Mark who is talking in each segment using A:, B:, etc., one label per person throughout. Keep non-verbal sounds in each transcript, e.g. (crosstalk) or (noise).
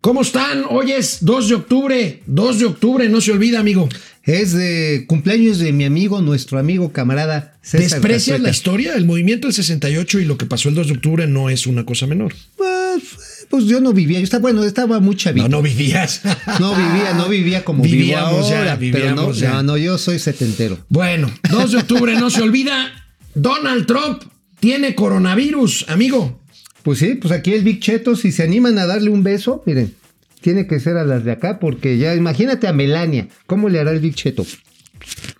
A: ¿Cómo están? Hoy es 2 de octubre. 2 de octubre, no se olvida, amigo.
B: Es de cumpleaños de mi amigo, nuestro amigo camarada César
A: ¿Desprecias la
B: Cazueta.
A: historia? El movimiento del 68 y lo que pasó el 2 de octubre no es una cosa menor.
B: Pues, pues yo no vivía, yo estaba, bueno, estaba muy
A: No,
B: chavito. No,
A: no vivías.
B: vivía, no vivía como
A: Vivíamos
B: vivo
A: ya,
B: ahora, pero no,
A: vivíamos ya.
B: no, no, yo soy setentero.
A: (laughs) Bueno, 2 de octubre, no se olvida. Donald Trump tiene coronavirus, amigo.
B: Pues sí, pues aquí el Big Cheto, si se animan a darle un beso, miren, tiene que ser a las de acá, porque ya, imagínate a Melania, ¿cómo le hará el Big Cheto?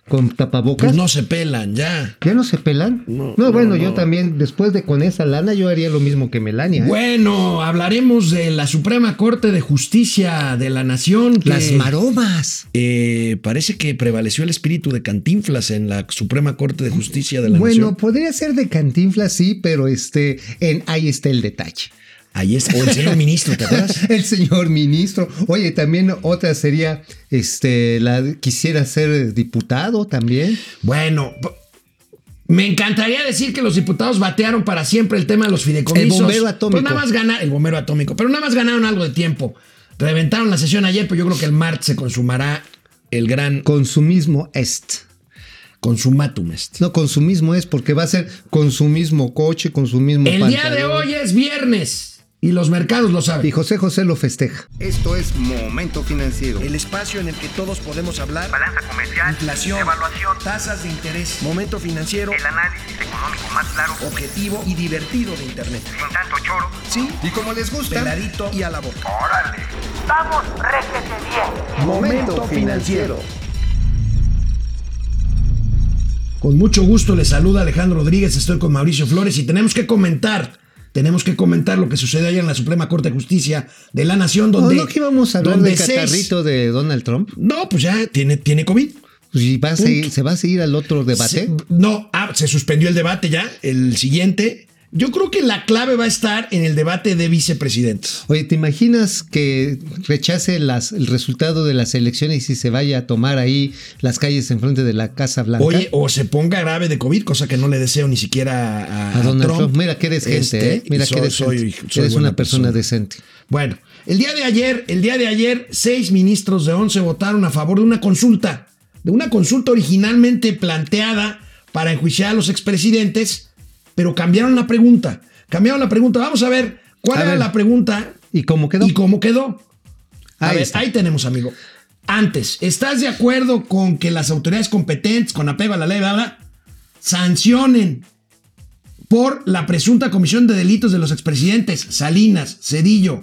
B: ¿Con tapabocas?
A: Pues no se pelan, ya.
B: ¿Ya no se pelan? No, bueno, yo también, después de con esa lana, yo haría lo mismo que Melania. ¿eh?
A: Bueno, hablaremos de la Suprema Corte de Justicia de la Nación. que,
B: Las maromas.
A: eh, parece que prevaleció el espíritu de Cantinflas en la Suprema Corte de Justicia de la
B: Bueno,
A: Nación.
B: podría ser de Cantinflas, sí, pero este, en ahí está el detalle. (laughs)
A: Ahí está. O el señor ministro, ¿te acuerdas?
B: El señor ministro. Oye, también otra sería, este, la quisiera ser diputado también.
A: Bueno, p- me encantaría decir que los diputados batearon para siempre el tema de los fideicomisos.
B: El bombero atómico.
A: Pues nada más gana el bombero atómico, pero nada más ganaron algo de tiempo. Reventaron la sesión ayer, pero yo creo que el martes se consumará el gran
B: Consumismo est.
A: consumatum. este.
B: No, consumismo es porque va a ser con su mismo coche, con su mismo
A: El día de
B: pantalón.
A: hoy es viernes y los mercados lo saben.
B: Y José José lo festeja.
C: Esto es Momento Financiero.
D: El espacio en el que todos podemos hablar.
E: balanza comercial,
D: Inflación.
E: evaluación,
D: Tasas de interés. Momento financiero.
E: el análisis económico más claro,
D: Objetivo y divertido de Internet.
E: sin tanto choro.
D: Sí.
C: Y como les gusta,
D: Peladito y a la boca.
E: Órale. Vamos, réjete bien.
D: Momento financiero.
A: Con mucho gusto les saluda Alejandro Rodríguez, estoy con Mauricio Flores y tenemos que comentar, tenemos que comentar lo que sucedió ayer en la Suprema Corte de Justicia de la Nación,
B: ¿No,
A: donde...
B: no que íbamos a hablar
A: donde
B: del
A: seis-
B: catarrito de Donald Trump?
A: No, pues ya tiene, tiene COVID.
B: Pues, ¿y va a seguir- ¿Se va a seguir al otro debate?
A: Se- no, ah, se suspendió el debate ya, el siguiente. Yo creo que la clave va a estar en el debate de vicepresidentes.
B: Oye, ¿te imaginas que rechace las, el resultado de las elecciones y se vaya a tomar ahí las calles enfrente de la Casa Blanca?
A: Oye, o se ponga grave de COVID, cosa que no le deseo ni siquiera a,
B: a Donald
A: Trump.
B: Trump. mira que eres gente,
A: Este,
B: ¿eh? Mira
A: soy-
B: que eres
A: soy-
B: gente.
A: soy
B: eres
A: buena
B: una persona, decente.
A: Bueno, el día de ayer, el día de ayer, seis ministros de once votaron a favor de una consulta, de una consulta originalmente planteada para enjuiciar a los expresidentes, pero cambiaron la pregunta. Cambiaron la pregunta. Vamos a ver cuál
B: A
A: era
B: ver.
A: la pregunta
B: ¿Y cómo quedó?
A: y cómo quedó. A
B: Ahí
A: ver,
B: está.
A: ahí tenemos, amigo. Antes, ¿estás de acuerdo con que las autoridades competentes, con apego a la ley, bla, bla, sancionen por la presunta comisión de delitos de los expresidentes Salinas, Cedillo,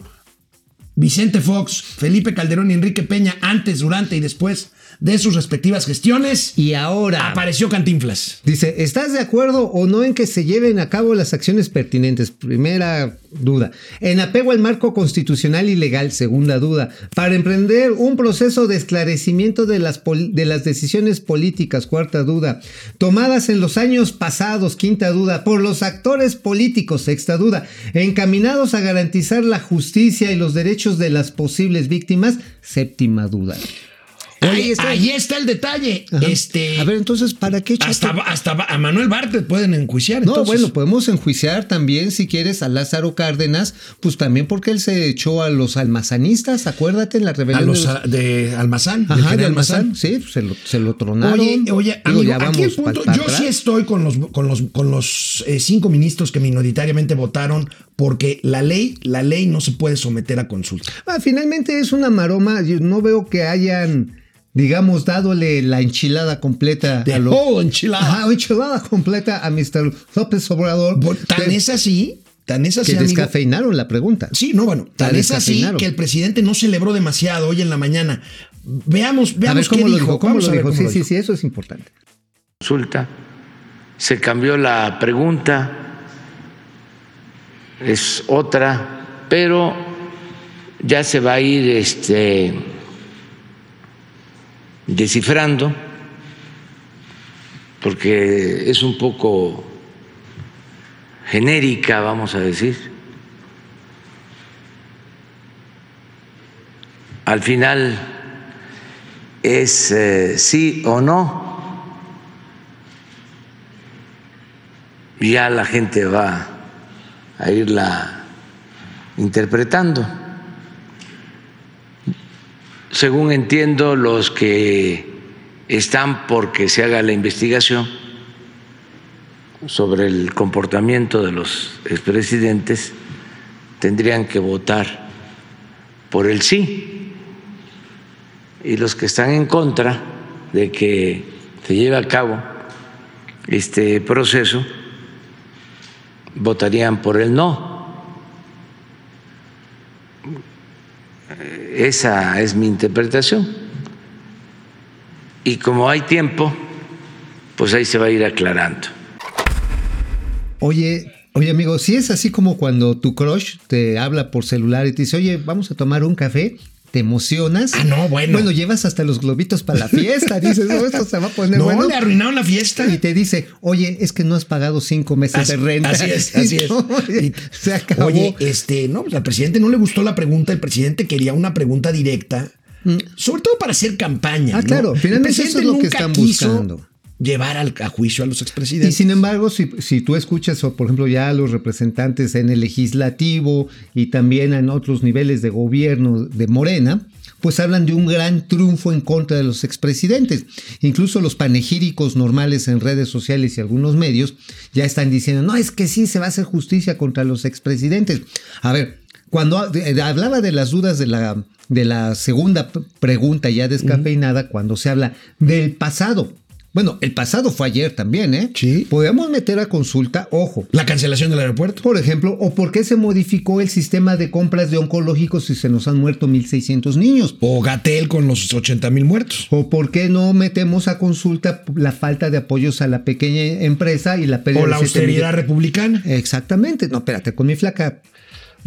A: Vicente Fox, Felipe Calderón y Enrique Peña antes, durante y después de sus respectivas gestiones?
B: Y ahora...
A: Apareció Cantinflas.
B: Dice, ¿estás de acuerdo o no en que se lleven a cabo las acciones pertinentes? Primera duda. En apego al marco constitucional y legal, segunda duda. Para emprender un proceso de esclarecimiento de las, pol- de las decisiones políticas, cuarta duda. Tomadas en los años pasados, quinta duda. Por los actores políticos, sexta duda. Encaminados a garantizar la justicia y los derechos de las posibles víctimas, séptima duda.
A: ahí, ahí está. el detalle.
B: Ajá.
A: Este,
B: a ver, entonces, ¿para qué chato?
A: hasta, hasta a Manuel Bartlett pueden enjuiciar.
B: No,
A: entonces.
B: bueno, podemos enjuiciar también, si quieres, a Lázaro Cárdenas, pues también porque él se echó a los almazanistas, acuérdate, en la
A: A
B: rebelión.
A: los
B: de
A: a- de Almazán. del
B: Ajá,
A: general
B: de almazán. Sí, pues se lo, se lo tronaron.
A: Oye, oye,
B: Digo,
A: amigo, aquí el
B: pa-
A: punto,
B: pa'
A: yo
B: atrás.
A: sí estoy con los, con los, con los eh, cinco ministros que minoritariamente votaron porque la ley, la ley no se puede someter a consulta.
B: Ah, finalmente es una maroma, yo no veo que hayan, digamos, dadole la enchilada completa
A: The
B: a lo-
A: whole enchilada.
B: Ajá, enchilada completa a Mr. López Obrador.
A: Bueno, Tan
B: que-
A: es así, tan es así,
B: que
A: amigo.
B: descafeinaron la pregunta.
A: Sí, no, bueno,
B: La
A: tal es así
B: descafeinaron.
A: que el presidente no celebró demasiado hoy en la mañana. Veamos,
B: a ver
A: veamos
B: cómo
A: qué
B: lo
A: dijo.
B: dijo, cómo
A: Vamos
B: lo
A: a ver
B: dijo.
A: cómo
B: Sí,
A: lo
B: sí,
A: dijo.
B: sí, eso es importante.
F: consulta, se cambió la pregunta, es otra, pero ya se va a ir este, descifrando, porque es un poco genérica, vamos a decir. Al final es eh, sí o no. ya la gente va a irla interpretando. según entiendo, los que están porque se haga la investigación sobre el comportamiento de los expresidentes tendrían que votar por el sí. Y los que están en contra de que se lleve a cabo este proceso votarían por el no. Esa es mi interpretación. Y como hay tiempo, pues ahí se va a ir aclarando.
B: Oye, oye amigo, si es así como cuando tu crush te habla por celular y te dice, oye, vamos a tomar un café, te emocionas.
A: Ah, no, bueno.
B: Bueno, llevas hasta los globitos para la fiesta, dices, "Oh, esto se va a
A: (laughs)
B: poner
A: No,
B: bueno.
A: le arruinaron la fiesta.
B: Y te dice, oye, es que no has pagado cinco meses
A: Así,
B: de renta.
A: así es,
B: (laughs)
A: así es.
B: Oye, se acabó.
A: Oye, este, no, pues al presidente no le gustó la pregunta, el presidente quería una pregunta directa, sobre todo para hacer campaña.
B: Mm. Ah,
A: ¿no?
B: claro,
A: El
B: finalmente eso
A: presidente
B: es lo que
A: nunca
B: están
A: quiso
B: buscando.
A: Llevar al, a juicio a los
B: Y
A: expresidentes.
B: sin em- embargo, si, si tú escuchas, o, por ejemplo, ya a los representantes en el legislativo y también en otros niveles de gobierno de Morena, pues hablan de un gran triunfo en contra de los expresidentes. Incluso los panegíricos normales en redes sociales y algunos medios ya están diciendo, no, es que sí, se va a hacer justicia contra los expresidentes. A ver, cuando ha- de- de- hablaba de las dudas de la, de la segunda p- pregunta ya descafeinada, cuando se habla del pasado. Bueno, el pasado fue ayer también, ¿eh?
A: Sí.
B: Podemos meter a consulta, ojo.
A: La cancelación del aeropuerto.
B: Por ejemplo, o por qué se modificó el sistema de compras de oncológicos si se nos han muerto 1.600 niños.
A: O Gatel con los 80 mil muertos.
B: O por qué no metemos a consulta la falta de apoyos a la pequeña empresa y la pérdida
A: O
B: de
A: la
B: siete
A: austeridad republicana.
B: millones. Exactamente. No, espérate, con mi flaca.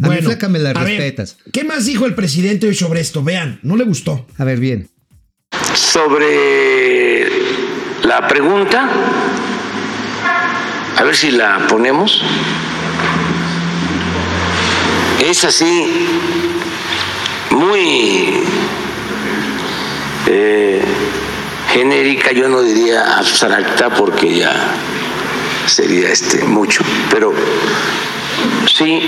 B: A mi flaca me la
A: a ver,
B: respetas.
A: ¿Qué más dijo el presidente hoy sobre esto? Vean, no le gustó.
B: A ver, bien.
F: Sobre la pregunta, a ver si la ponemos. Es así, muy eh, genérica, yo no diría abstracta porque ya sería este mucho, pero sí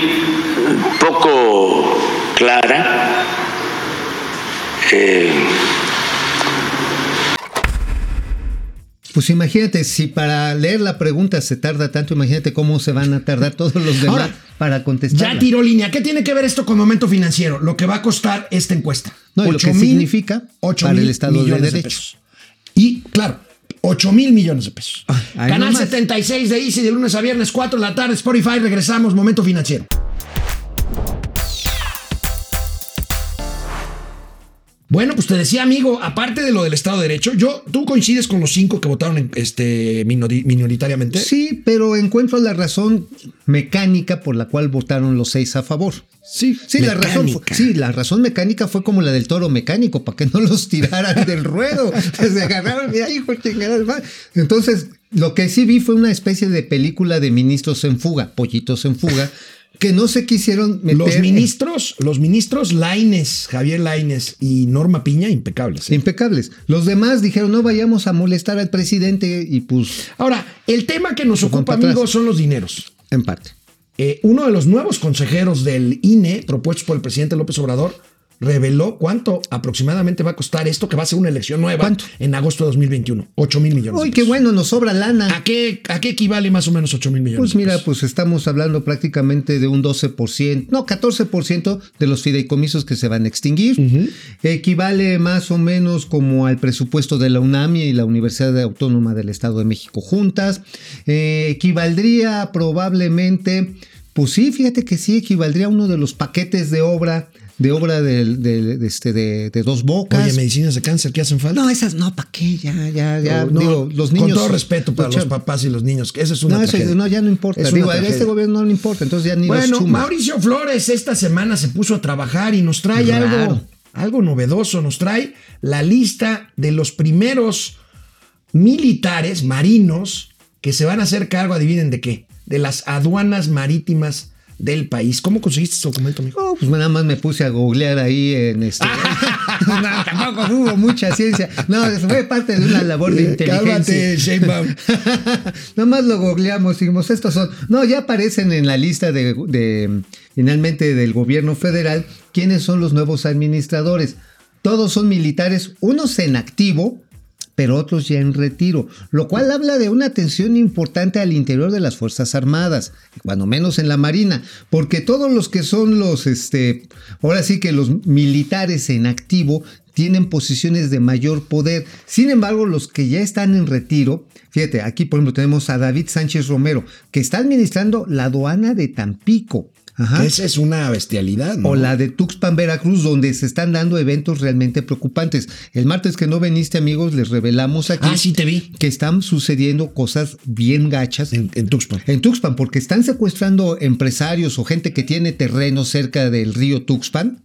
F: poco clara. eh,
B: Pues imagínate, si para leer la pregunta se tarda tanto, imagínate cómo se van a tardar todos los demás
A: Ahora,
B: para contestar.
A: Ya tiró línea. ¿Qué tiene que ver esto con momento financiero? Lo que va a costar esta encuesta.
B: No, y lo
A: Ocho
B: que significa
A: ocho
B: para el
A: mil
B: Estado de
A: millones
B: Derecho.
A: pesos. Y claro, 8 mil millones de pesos.
B: Ah, ahí
A: Canal
B: nomás.
A: 76 de Easy de lunes a viernes, 4 de la tarde, Spotify. Regresamos, momento financiero. Bueno, pues te decía, amigo, aparte de lo del Estado de Derecho, yo, ¿tú coincides con los cinco que votaron en- este, minori- minoritariamente?
B: Sí, pero encuentro la razón mecánica por la cual votaron los seis a favor.
A: sí,
B: Sí, la razón, fue-
A: mecánica.
B: sí, la razón mecánica fue como la del toro mecánico, para que no los tiraran
A: (laughs)
B: del ruedo. Se agarraron, mira, hijo, chingada madre. Entonces, lo que sí vi fue una especie de película de ministros en fuga, pollitos en fuga, que no se quisieron meter.
A: Los
B: en-
A: ministros, los ministros Laines, Javier Laines y Norma Piña, impecables. ¿eh?
B: Impecables. Los demás dijeron, no vayamos a molestar al presidente y pues,
A: Ahora, el tema que nos
B: Ojo,
A: ocupa,
B: para atrás.
A: amigos, son los dineros.
B: en parte.
A: Eh, uno de los nuevos consejeros del INE, propuestos por el presidente López Obrador, reveló cuánto aproximadamente va a costar esto, que va a ser una elección nueva
B: ¿Cuánto?
A: en agosto de 2021. 8 mil millones. de
B: Uy, qué
A: pesos.
B: bueno, nos sobra lana.
A: ¿A qué, ¿A qué equivale más o menos 8 mil millones?
B: Pues
A: de
B: mira,
A: pesos?
B: pues estamos hablando prácticamente de un 12%, no, 14% de los fideicomisos que se van a extinguir. Equivale más o menos como al presupuesto de la UNAM y la Universidad Autónoma del Estado de México juntas. Eh, equivaldría probablemente, pues sí, fíjate que sí, equivaldría a uno de los paquetes de obra, de obra del- del- de, este, de, de dos bocas.
A: Oye, medicinas de cáncer, ¿qué hacen falta?
B: No, esas no, ¿para qué? Ya, ya, ya.
A: No,
B: digo, los niños.
A: Con todo respeto para los
B: Escucha,
A: papás y los niños, que esa es una
B: No, eso,
A: tragedia.
B: no, ya no importa.
A: Es una
B: digo, a este
A: tragedia.
B: gobierno no le importa, entonces ya ni los
A: Bueno,
B: suma.
A: Mauricio Flores esta semana se puso a trabajar y nos trae
B: Claro.
A: algo, algo novedoso. Nos trae la lista de los primeros militares marinos que se van a hacer cargo, adivinen de qué, de las aduanas marítimas del país. ¿Cómo conseguiste este documento, mijo?
B: Oh, pues nada más me puse a googlear ahí en
A: (laughs)
B: este. (laughs) no, tampoco hubo mucha ciencia. No, fue parte de una labor de
A: Eh, Cálmate, (laughs)
B: inteligencia.
A: Sheinbaum.
B: nada más lo googleamos y dijimos, estos son. No, ya aparecen en la lista de, de, finalmente del gobierno federal quiénes son los nuevos administradores. Todos son militares, unos en activo, pero otros ya en retiro, lo cual habla de una tensión importante al interior de las Fuerzas Armadas, cuando menos en la Marina, porque todos los que son los, este, ahora sí que los militares en activo tienen posiciones de mayor poder. Sin embargo, los que ya están en retiro, fíjate, aquí por ejemplo tenemos a David Sánchez Romero, que está administrando la aduana de Tampico. Ajá.
A: Ah. Esa es una bestialidad, ¿no?
B: O la de Tuxpan, Veracruz, donde se están dando eventos realmente preocupantes. El martes que no veniste, amigos, les revelamos aquí
A: Ah, sí te vi.
B: que están sucediendo cosas bien gachas
A: En, en Tuxpan.
B: en Tuxpan, porque están secuestrando empresarios o gente que tiene terreno cerca del río Tuxpan,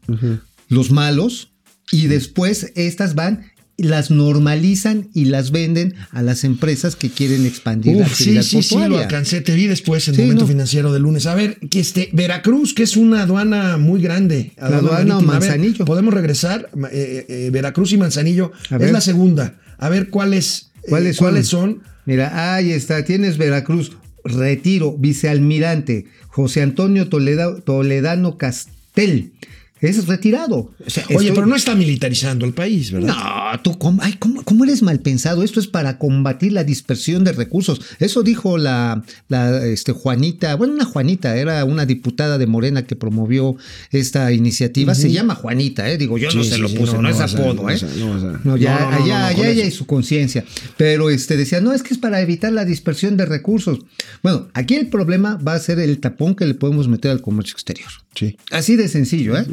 B: los malos, y después estas van, las normalizan y las venden a las empresas que quieren expandir la
A: Uf, sí,
B: actividad
A: sí, sí, lo
B: portuaria.
A: alcancé. Te vi después en
B: Sí,
A: Momento
B: no.
A: Financiero de lunes. A ver, que este, Veracruz, que es una aduana muy grande.
B: aduana
A: marítima. A ver,
B: Manzanillo.
A: Podemos regresar. Ma- eh, eh, Veracruz y Manzanillo
B: A
A: es
B: ver.
A: la segunda. A ver cuáles, eh,
B: ¿Cuáles son?
A: cuáles son.
B: Mira, ahí está, tienes Veracruz, Retiro, Vicealmirante, José Antonio Toleda- Toledano Castel. Es retirado. O sea,
A: Oye,
B: estoy-
A: pero no está militarizando el país, ¿verdad?
B: No, tú, ¿cómo, ay, ¿cómo, cómo eres mal pensado? Esto es para combatir la dispersión de recursos. Eso dijo la, la, este, Juanita, bueno, una Juanita, era una diputada de Morena que promovió esta iniciativa. Se llama Juanita, ¿eh? Digo, yo no
A: Sí,
B: se
A: sí,
B: lo
A: sí,
B: puse, no, es
A: vas a-
B: apodo, ¿eh?
A: vas a- no vas a-
B: No,
A: No,
B: ya,
A: no, no,
B: allá,
A: no,
B: allá
A: con
B: ella
A: eso.
B: y su conciencia. Pero este decía, no, es que es para evitar la dispersión de recursos. Bueno, aquí el problema va a ser el tapón que le podemos meter al comercio exterior.
A: Sí.
B: Así de sencillo, ¿eh?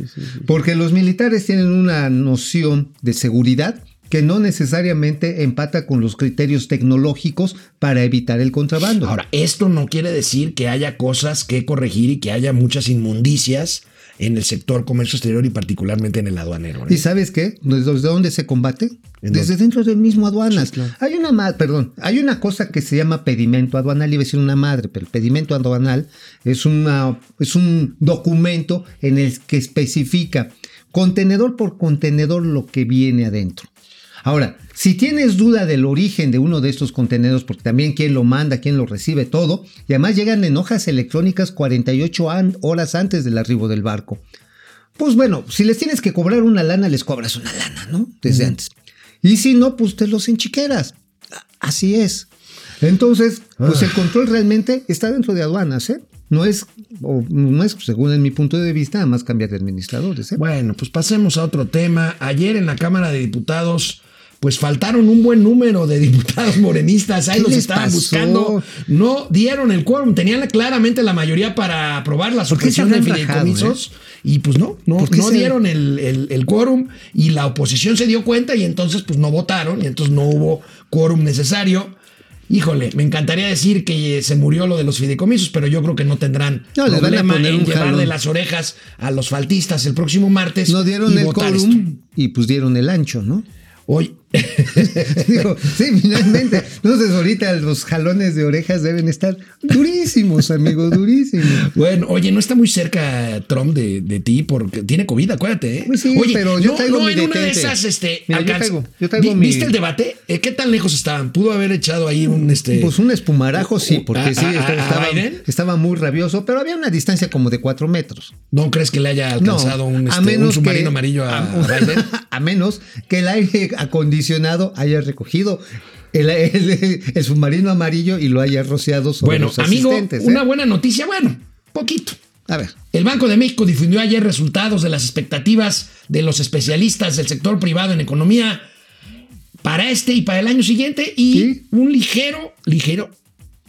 B: Porque los militares tienen una noción de seguridad que no necesariamente empata con los criterios tecnológicos para evitar el contrabando.
A: Ahora, esto no quiere decir que haya cosas que corregir y que haya muchas inmundicias en el sector comercio exterior y particularmente en el aduanero. ¿eh?
B: ¿Y sabes qué? ¿Desde dónde se combate?
A: ¿En
B: Desde dentro del mismo aduanas. Hay una ma- perdón, hay una cosa que se llama pedimento aduanal, iba a decir una madre, pero el pedimento aduanal es, una, es un documento en el que especifica contenedor por contenedor lo que viene adentro. Ahora, si tienes duda del origen de uno de estos contenedores, porque también quién lo manda, quién lo recibe, todo, y además llegan en hojas electrónicas 48 an- horas antes del arribo del barco. Pues bueno, si les tienes que cobrar una lana, les cobras una lana, ¿no? Desde antes. Y si no, pues te los enchiqueras. A- Así es. Entonces, pues
A: Ah.
B: el control realmente está dentro de aduanas, ¿eh? No es, o no es, según en mi punto de vista, nada más cambiar de administradores, ¿eh?
A: Bueno, pues pasemos a otro tema. Ayer en la Cámara de Diputados, pues faltaron un buen número de diputados morenistas. Ahí
B: ¿Qué
A: los
B: les
A: estaban
B: pasó?
A: buscando. No dieron el quórum. Tenían la- claramente la mayoría para aprobar la
B: qué se
A: supresión de
B: habrán rajado,
A: fideicomisos. Y pues no, no,
B: ¿Por qué
A: no
B: se-
A: dieron el, el- el quórum. Y la oposición se dio cuenta y entonces pues no votaron. Y entonces no hubo quórum necesario. Híjole, me encantaría decir que se murió lo de los fideicomisos, pero yo creo que no tendrán
B: No, les van a
A: problema
B: poner
A: en
B: un
A: llevar
B: jalón.
A: de las las orejas a los faltistas el próximo martes.
B: No dieron
A: y
B: el
A: votar esto.
B: quórum y pues dieron el ancho, ¿no? (laughs)
A: Hoy.
B: Digo, sí, finalmente. Entonces, ahorita los jalones de orejas deben estar durísimos, amigo, durísimos.
A: (laughs) Bueno, oye, no está muy cerca Trump de, de ti porque tiene COVID, acuérdate. ¿eh?
B: Pues sí,
A: oye,
B: pero yo
A: no,
B: traigo
A: no
B: mi
A: en una de
B: detente.
A: esas, este,
B: Mira, yo
A: alcanza.
B: traigo- yo traigo
A: Vi-
B: mi-
A: ¿Viste el debate? Eh, ¿Qué tan lejos estaban? Pudo haber echado ahí un este.
B: Pues un espumarajo, sí, porque
A: ¿A-
B: sí,
A: a-
B: estaba,
A: a
B: estaba-
A: Biden?
B: estaba muy rabioso, pero había una distancia como de cuatro metros.
A: ¿No crees que le haya alcanzado un, este,
B: a
A: un
B: menos que-
A: submarino amarillo a, a Biden?
B: a (laughs) menos que el aire acondicionado haya recogido el, el- el submarino amarillo y lo haya rociado sobre
A: Bueno,
B: los
A: amigo,
B: asistentes. ¿eh?
A: una buena noticia, bueno, poquito.
B: A ver.
A: El Banco de México difundió ayer resultados de las expectativas de los especialistas del sector privado en economía para este y para el año siguiente y
B: ¿Sí?
A: un ligero, ligero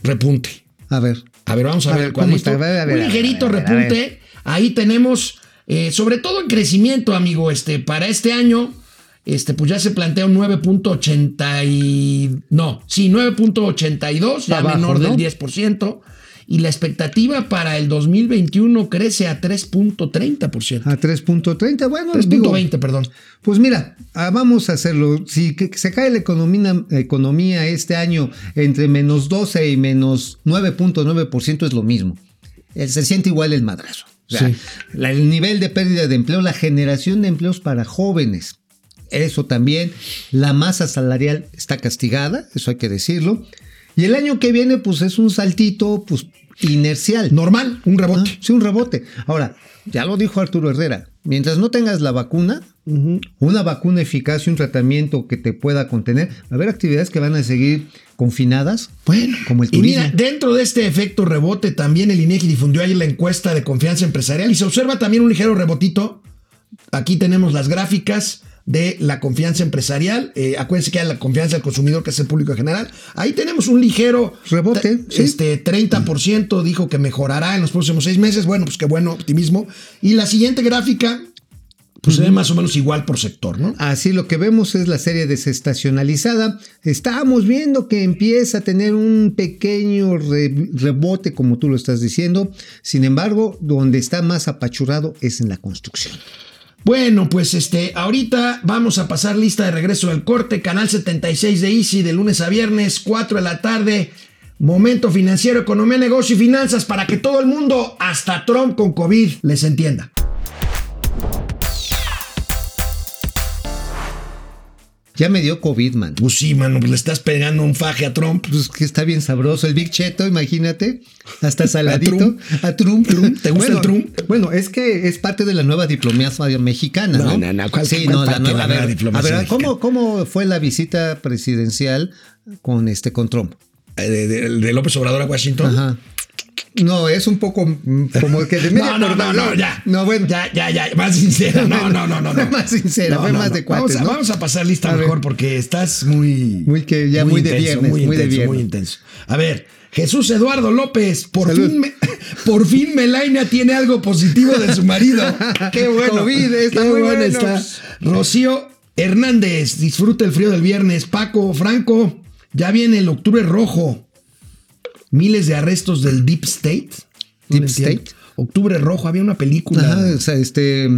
A: repunte.
B: A ver.
A: A ver, vamos a,
B: A
A: ver,
B: ver,
A: el
B: ¿cómo
A: cuadrito.
B: está? A ver, a ver,
A: un
B: a ver,
A: ligerito
B: a ver, a ver.
A: repunte. Ahí tenemos, eh, sobre todo en crecimiento, amigo, este, para este año, este, pues ya se plantea un 9.80 y- no, sí, 9.82, ya
B: Abajo,
A: menor del
B: ¿no?
A: 10%. Y la expectativa para el 2021 crece a 3.30%.
B: A 3.30, bueno, Ah, digo,
A: 3.20, perdón.
B: Pues mira, ah, vamos a hacerlo. Si que- que se cae la economía, economía este año entre menos 12 y menos 9.9% es lo mismo. Eh, Se siente igual el madrazo. O sea,
A: Sí.
B: la- el nivel de pérdida de empleo, la generación de empleos para jóvenes. Eso también. La masa salarial está castigada, eso hay que decirlo. Y el año que viene, pues es un saltito, pues inercial.
A: Normal, un rebote.
B: Ah, sí, un rebote. Ahora, ya lo dijo Arturo Herrera, mientras no tengas la vacuna, una vacuna eficaz y un tratamiento que te pueda contener, va a haber actividades que van a seguir confinadas,
A: Bueno,
B: como el
A: y
B: turismo.
A: mira, dentro de este efecto rebote, también el INEGI difundió ayer la encuesta de confianza empresarial y se observa también un ligero rebotito. Aquí tenemos las gráficas de la confianza empresarial. Eh, acuérdense que hay la confianza del consumidor, que es el público en general. Ahí tenemos un ligero
B: Rebote,
A: t-
B: sí.
A: Este 30% dijo que mejorará en los próximos seis meses. Bueno, pues qué bueno, optimismo. Y la siguiente gráfica, pues se ve más o menos igual por sector, ¿no?
B: Así lo que vemos es la serie desestacionalizada. Estamos viendo que empieza a tener un pequeño re- rebote, como tú lo estás diciendo. Sin embargo, donde está más apachurado es en la construcción.
A: Bueno, pues este, ahorita vamos a pasar lista de regreso del corte, canal 76 de Easy de lunes a viernes, 4 de la tarde. Momento financiero, economía, negocio y finanzas para que todo el mundo, hasta Trump con COVID, les entienda.
B: Ya me dio COVID, man.
A: Pues sí, mano, pues le estás pegando un faje a Trump.
B: Pues que está bien sabroso. El Big Cheto, imagínate.
A: (laughs)
B: Hasta saladito.
A: Trump.
B: A Trump.
A: ¿Te gusta el Trump?
B: Bueno, es que es parte de la nueva diplomacia mexicana,
A: No,
B: ¿no?
A: no, no, ¿cuál-
B: sí,
A: cuál
B: no, la
A: parte
B: nueva,
A: de la
B: a
A: nueva
B: ver,
A: diplomacia
B: a ver, ¿cómo,
A: mexicana?
B: ¿cómo fue la visita presidencial con, este, con Trump?
A: Eh, De, de- de López Obrador a Washington.
B: Ajá. No, es un poco mm, como
A: (laughs)
B: que de media
A: No, no, no,
B: cordón,
A: no, ya.
B: No, bueno,
A: ya, ya, ya, más sincera. No, no, no, no. no.
B: Fue (laughs) más sincera, fue más de cuates,
A: Vamos a,
B: ¿no?
A: vamos a pasar lista
B: A ver.
A: mejor porque estás muy.
B: Muy que ya muy de viernes, muy de
A: intenso,
B: viernes.
A: Muy intenso. A ver, Jesús Eduardo López, por
B: Salud.
A: fin, me- (laughs) por fin Melaina tiene algo positivo de su
B: (laughs)
A: marido. Qué bueno.
B: COVID, está
A: Qué
B: muy
A: bueno
B: bueno.
A: está. Rocío Hernández, disfruta el frío del viernes. Paco Franco, ya viene el octubre rojo. Miles de arrestos del Deep State.
B: Deep
A: lo entiendo.
B: State.
A: Octubre rojo, había una película.
B: Ajá, o sea, este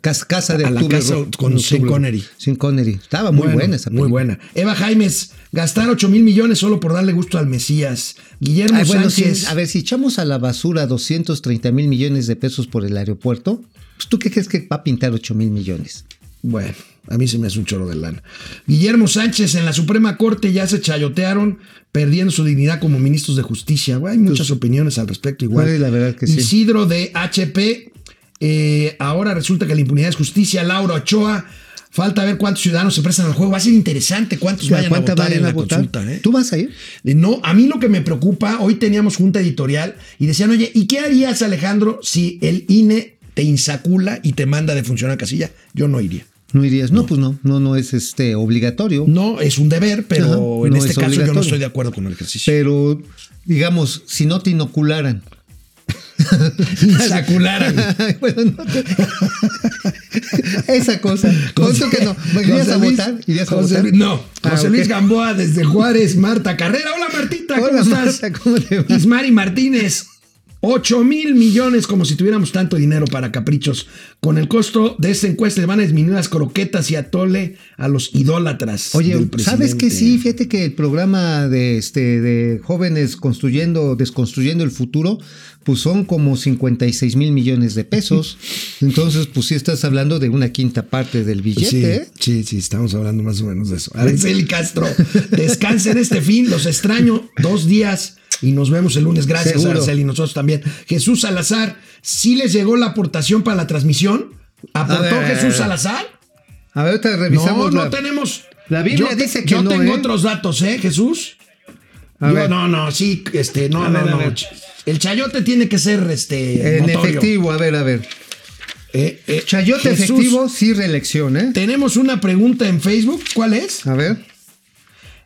B: cas- casa de
A: A la
B: octubre
A: casa
B: Rojo.
A: con Sean
B: Octubre.
A: Connery.
B: Sean Connery. Estaba muy
A: Bueno,
B: buena esa película.
A: Muy buena. Eva Jaimes, gastar 8 mil millones solo por darle gusto al Mesías. Guillermo
B: Ay, bueno, sí,
A: Sánchez.
B: a ver, si echamos a la basura 230 mil millones de pesos por el aeropuerto, pues, ¿tú qué crees que va a pintar 8 mil millones?
A: Bueno, a mí se me hace un choro de lana. Guillermo Sánchez en la Suprema Corte ya se chayotearon, perdiendo su dignidad como ministros de justicia. Bueno, hay muchas opiniones al respecto igual.
B: Ay, la verdad que sí.
A: Isidro de HP, eh, ahora resulta que la impunidad es justicia. Laura Ochoa, falta ver cuántos ciudadanos se prestan al juego. Va a ser interesante cuántos vayan Pues a
B: ¿Cuánta
A: votar
B: vayan
A: en
B: a
A: la
B: votar?
A: consulta. ¿eh?
B: ¿Tú vas a ir?
A: Eh, No, a mí lo que me preocupa, hoy teníamos junta editorial y decían, oye, ¿y qué harías, Alejandro, si el INE te insacula y te manda de funcionar casilla? Yo no iría.
B: No irías. No, pues no, no, no es este obligatorio.
A: No, es un deber, pero
B: Ajá,
A: en
B: no
A: este
B: es
A: caso yo no
B: obligatorio.
A: estoy de acuerdo con el ejercicio.
B: (laughs) Pero, digamos, si no te inocularan. (laughs)
A: Insacularan.
B: Bueno, no te- (laughs) Esa cosa. Conto (laughs) que no. ¿Irías
A: José
B: a
A: Luis-
B: votar? ¿Irías a
A: José
B: votar?
A: Luis- No,
B: Ah,
A: José Luis
B: ok.
A: Gamboa desde Juárez, Marta Carrera. Hola Martita, ¿cómo
B: Hola,
A: estás?
B: Marta, ¿cómo te va?
A: Ismari Martínez. 8 mil millones, como si tuviéramos tanto dinero para caprichos. Con el costo de esta encuesta le van a disminuir las croquetas y atole a los idólatras.
B: Oye,
A: del presidente.
B: ¿sabes que sí? Fíjate que el programa de este de jóvenes construyendo, desconstruyendo el futuro, pues son como 56 mil millones
A: (laughs)
B: de pesos. Entonces, pues sí estás hablando de una quinta parte del billete.
A: Pues Sí,
B: ¿eh?
A: sí, sí, estamos hablando más o menos de eso. Araceli
B: (laughs)
A: Castro, descansen este fin, los extraño dos días y nos vemos el lunes. Gracias,
B: Seguro.
A: Araceli, nosotros también. Jesús Salazar, ¿sí les llegó la aportación para la transmisión? ¿Aportó
B: A ver.
A: Jesús Salazar?
B: A ver, ahorita
A: No,
B: revisamos.
A: no
B: la-
A: tenemos.
B: La Biblia
A: yo te-
B: dice que
A: yo
B: no,
A: tengo
B: ¿eh?
A: otros datos, ¿eh, Jesús?
B: A
A: Yo-
B: ver.
A: no, no, sí, este, no,
B: A
A: no,
B: ver, a
A: no.
B: ver.
A: Ch- El chayote tiene que ser este.
B: en
A: notorio.
B: efectivo, a ver, a ver.
A: Eh, eh,
B: Chayote
A: Jesús,
B: efectivo, sí reelección, ¿eh?
A: Tenemos una pregunta en Facebook. ¿Cuál es?
B: A ver.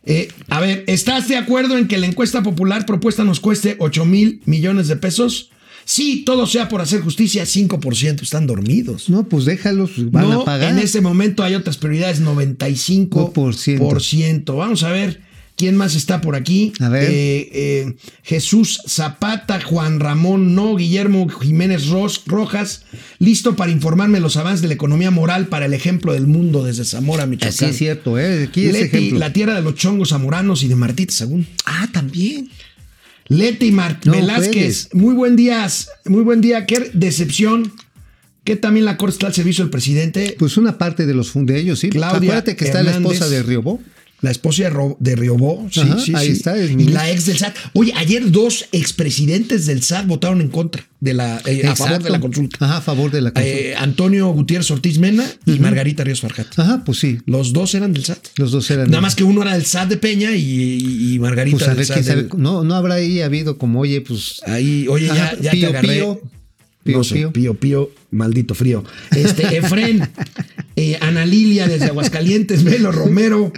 A: Eh, a ver, ¿estás de acuerdo en que la encuesta popular propuesta nos cueste 8 mil millones de pesos? Sí, todo sea por hacer justicia, 5%. Están dormidos.
B: No, pues déjalos, van
A: no,
B: a pagar.
A: En este momento hay otras prioridades, 95%. Vamos a ver quién más está por aquí.
B: A ver.
A: Eh, eh, Jesús Zapata, Juan Ramón No, Guillermo Jiménez Ros- Rojas, listo para informarme los avances de la economía moral para el ejemplo del mundo desde Zamora, Michoacán.
B: Así es cierto, ¿eh? Aquí es
A: Leti,
B: ejemplo.
A: la tierra de los chongos zamoranos y de Martita Sagún.
B: Ah, también.
A: Leti Mar-
B: No
A: Velázquez,
B: juegues.
A: muy buen día, muy buen día, qué decepción. Que también la Corte está al servicio del presidente.
B: Pues una parte de los fun- de ellos, sí.
A: Claudia
B: Acuérdate que está la
A: Hernández.
B: esposa de Riobó.
A: la esposa de, Ro- de Riobó. Sí,
B: Ajá,
A: sí,
B: ahí
A: sí.
B: está, el
A: y
B: ministro.
A: la ex del SAT. Oye, ayer dos expresidentes del SAT votaron en contra de la, eh, a favor
B: Exacto.
A: de la consulta.
B: Ajá, a favor de la consulta.
A: Eh, Antonio Gutiérrez Ortiz Mena y Margarita Ríos Farjat.
B: Ajá, pues sí.
A: Los dos eran del SAT.
B: Los dos eran.
A: Nada más que uno era del SAT de Peña y, y- y Margarita
B: Pues a
A: del
B: ver,
A: SAT
B: quién sabe.
A: del-
B: No, no habrá ahí habido como, oye, pues.
A: Ahí, oye,
B: Ajá,
A: ya, ya
B: pío,
A: te agarré.
B: pío. Pío,
A: no sé,
B: pío.
A: pío. pío, maldito frío.
B: (laughs)
A: Este, Efren, eh, Ana Lilia desde Aguascalientes, Velo Romero.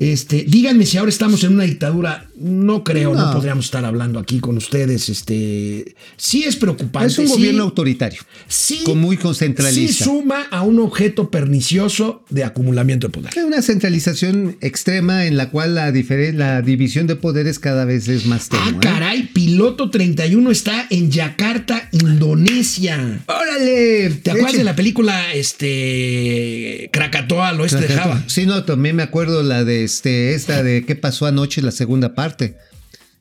A: Este, díganme si ahora estamos en una dictadura. No creo, no,
B: No.
A: podríamos estar hablando aquí con ustedes. Este, sí es preocupante.
B: Es un
A: sí-
B: gobierno autoritario.
A: sí,
B: con muy concentralista.
A: Sí suma a un objeto pernicioso de acumulamiento de poder.
B: Hay una centralización extrema en la cual la, difere- la división de poderes cada vez es más
A: Ah,
B: tenue. ¿eh?
A: caray, piloto 31 está en Yakarta, Indonesia.
B: ¡Órale!
A: ¿Te acuerdas
B: Eche.
A: de la película este Krakatoa al oeste de Java?
B: Sí, no, también me acuerdo la de este, esta de qué pasó anoche, la segunda parte.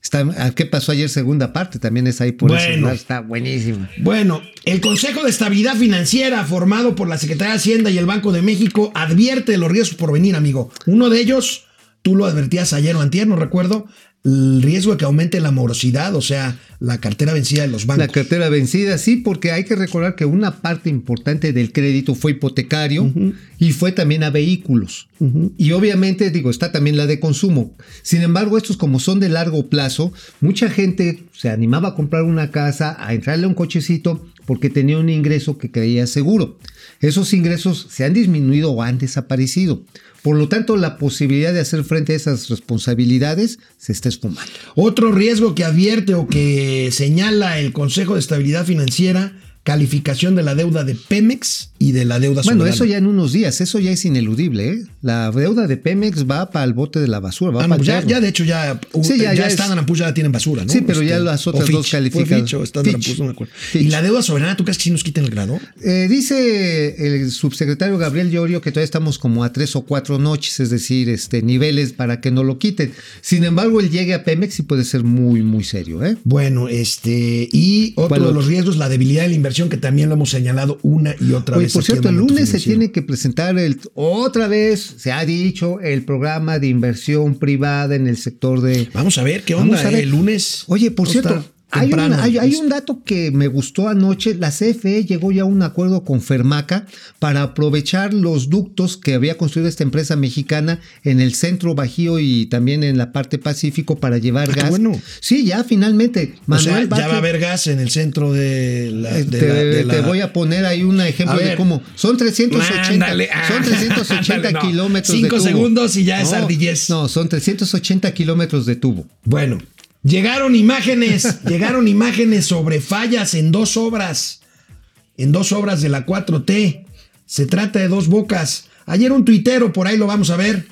B: Está, ah, ¿Qué pasó ayer, segunda parte? También es ahí por
A: Bueno.
B: ese lugar, Está buenísima.
A: Bueno, el Consejo de Estabilidad Financiera, formado por la Secretaría de Hacienda y el Banco de México, advierte de los riesgos por venir, amigo. Uno de ellos, tú lo advertías ayer o antier, no recuerdo, el riesgo de que aumente la morosidad, o sea, la cartera vencida de los
B: La
A: bancos.
B: cartera vencida, sí, porque hay que recordar que una parte importante del crédito fue hipotecario y fue también a vehículos. Y obviamente, digo, está también la de consumo. Sin embargo, estos como son de largo plazo, mucha gente se animaba a comprar una casa, a entrarle a un cochecito, porque tenía un ingreso que creía seguro. Esos ingresos se han disminuido o han desaparecido. Por lo tanto, la posibilidad de hacer frente a esas responsabilidades se está esfumando.
A: Otro riesgo que advierte o que señala el Consejo de Estabilidad Financiera, calificación de la deuda de Pemex y de la deuda
B: Bueno,
A: soberana.
B: eso ya en unos días, eso ya es ineludible. ¿eh? La deuda de Pemex va para el bote de la basura,
A: Ah,
B: va para
A: no,
B: el
A: ya,
B: yerno.
A: ya, de hecho ya,
B: Sí,
A: ya,
B: ya- ya es-
A: Standard Poor's ya tienen basura, ¿no? Este,
B: Sí, pero ya las otras
A: o Fitch,
B: dos
A: fue
B: calificadas.
A: Fitch o Standard
B: Fitch.
A: Poor's, no me acuerdo.
B: Fitch.
A: ¿Y la deuda soberana tú crees que sí nos quiten el grado?
B: Eh, dice el subsecretario Gabriel Llorio que todavía estamos como a tres o cuatro noches, es decir, este niveles para que no lo quiten. Sin embargo, el llegue a Pemex y puede ser muy, muy serio. ¿eh?
A: Bueno, este y otro
B: ¿Cuál
A: de
B: otro?
A: los riesgos, la debilidad de la inversión, que también lo hemos señalado una y otra
B: Oye,
A: vez.
B: por
A: aquí en
B: cierto, el
A: Momento
B: lunes se
A: Financiero.
B: tiene que presentar el, otra vez, se ha dicho, el programa de inversión privada en el sector de...
A: Vamos a ver qué
B: Vamos
A: onda
B: a ver.
A: eh, el lunes.
B: Oye, por
A: No
B: cierto,
A: está
B: hay,
A: temprano,
B: una- hay- hay
A: es-
B: un dato que me gustó anoche. La CFE llegó ya a un acuerdo con Fermaca para aprovechar los ductos que había construido esta empresa mexicana en el centro Bajío y también en la parte Pacífico para llevar
A: Ah, qué
B: gas.
A: bueno.
B: Sí, ya finalmente.
A: o sea,
B: Manuel
A: ya va a
B: Bartlett,
A: haber gas en el centro de la.
B: eh,
A: de
B: te,
A: la- de la-
B: te voy a poner ahí un ejemplo
A: A
B: de
A: ver.
B: cómo son 380,
A: Ándale, ah,
B: son
A: (laughs)
B: 380
A: ándale, no.
B: kilómetros de
A: Cinco
B: tubo.
A: segundos y ya es
B: No,
A: ardillez.
B: No, son 380 kilómetros de tubo.
A: Bueno, llegaron
B: (laughs)
A: imágenes, llegaron imágenes sobre fallas en dos obras, en dos obras de la 4T. Se trata de dos bocas. Ayer un tuitero, por ahí lo vamos a ver.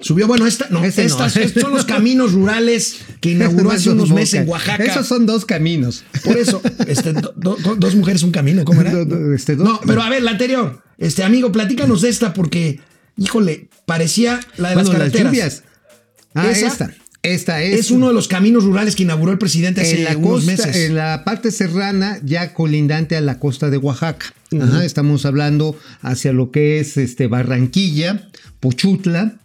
A: Subió, bueno, esta, no,
B: Ese no.
A: estas, estos
B: (laughs)
A: son los caminos rurales que inauguró hace
B: Esos
A: unos
B: bocas.
A: meses en Oaxaca.
B: Esos son dos caminos.
A: Por eso, este, do- do- do- dos mujeres, un camino, ¿cómo era?
B: (laughs) Do- do- este, do-
A: no, pero a ver, la anterior. Este, amigo, platícanos de esta porque, híjole, parecía la de las
B: Bueno,
A: carreteras.
B: lluvias. Ah,
A: Esa
B: esta. Esta es,
A: es uno de los caminos rurales que inauguró el presidente hace
B: en la
A: unos
B: costa,
A: meses.
B: en la parte serrana ya colindante a la costa de Oaxaca. Ajá, estamos hablando hacia lo que es este Barranquilla, Pochutla.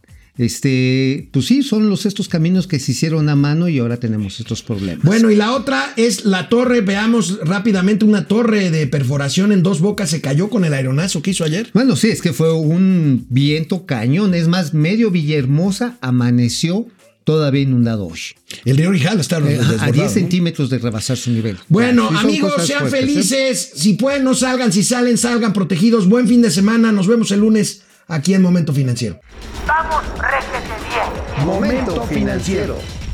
B: Este, pues sí, son los estos caminos que se hicieron a mano y ahora tenemos estos problemas.
A: Bueno, y la otra es la torre. Veamos rápidamente una torre de perforación en dos bocas. Se cayó con el aeronazo que hizo ayer.
B: Bueno, sí, es que fue un viento cañón, es más, medio Villahermosa amaneció todavía inundado hoy.
A: El río Rijal está
B: Eh,
A: desbordado.
B: a 10
A: ¿no?
B: centímetros de rebasar su nivel.
A: Bueno,
B: Sí, son
A: amigos,
B: cosas
A: sean
B: fuertes, ¿eh?
A: felices. Si pueden, no salgan. Si salen, salgan protegidos. Buen fin de semana. Nos vemos el lunes aquí en Momento Financiero.
E: Vamos, réjete bien.
D: Momento financiero.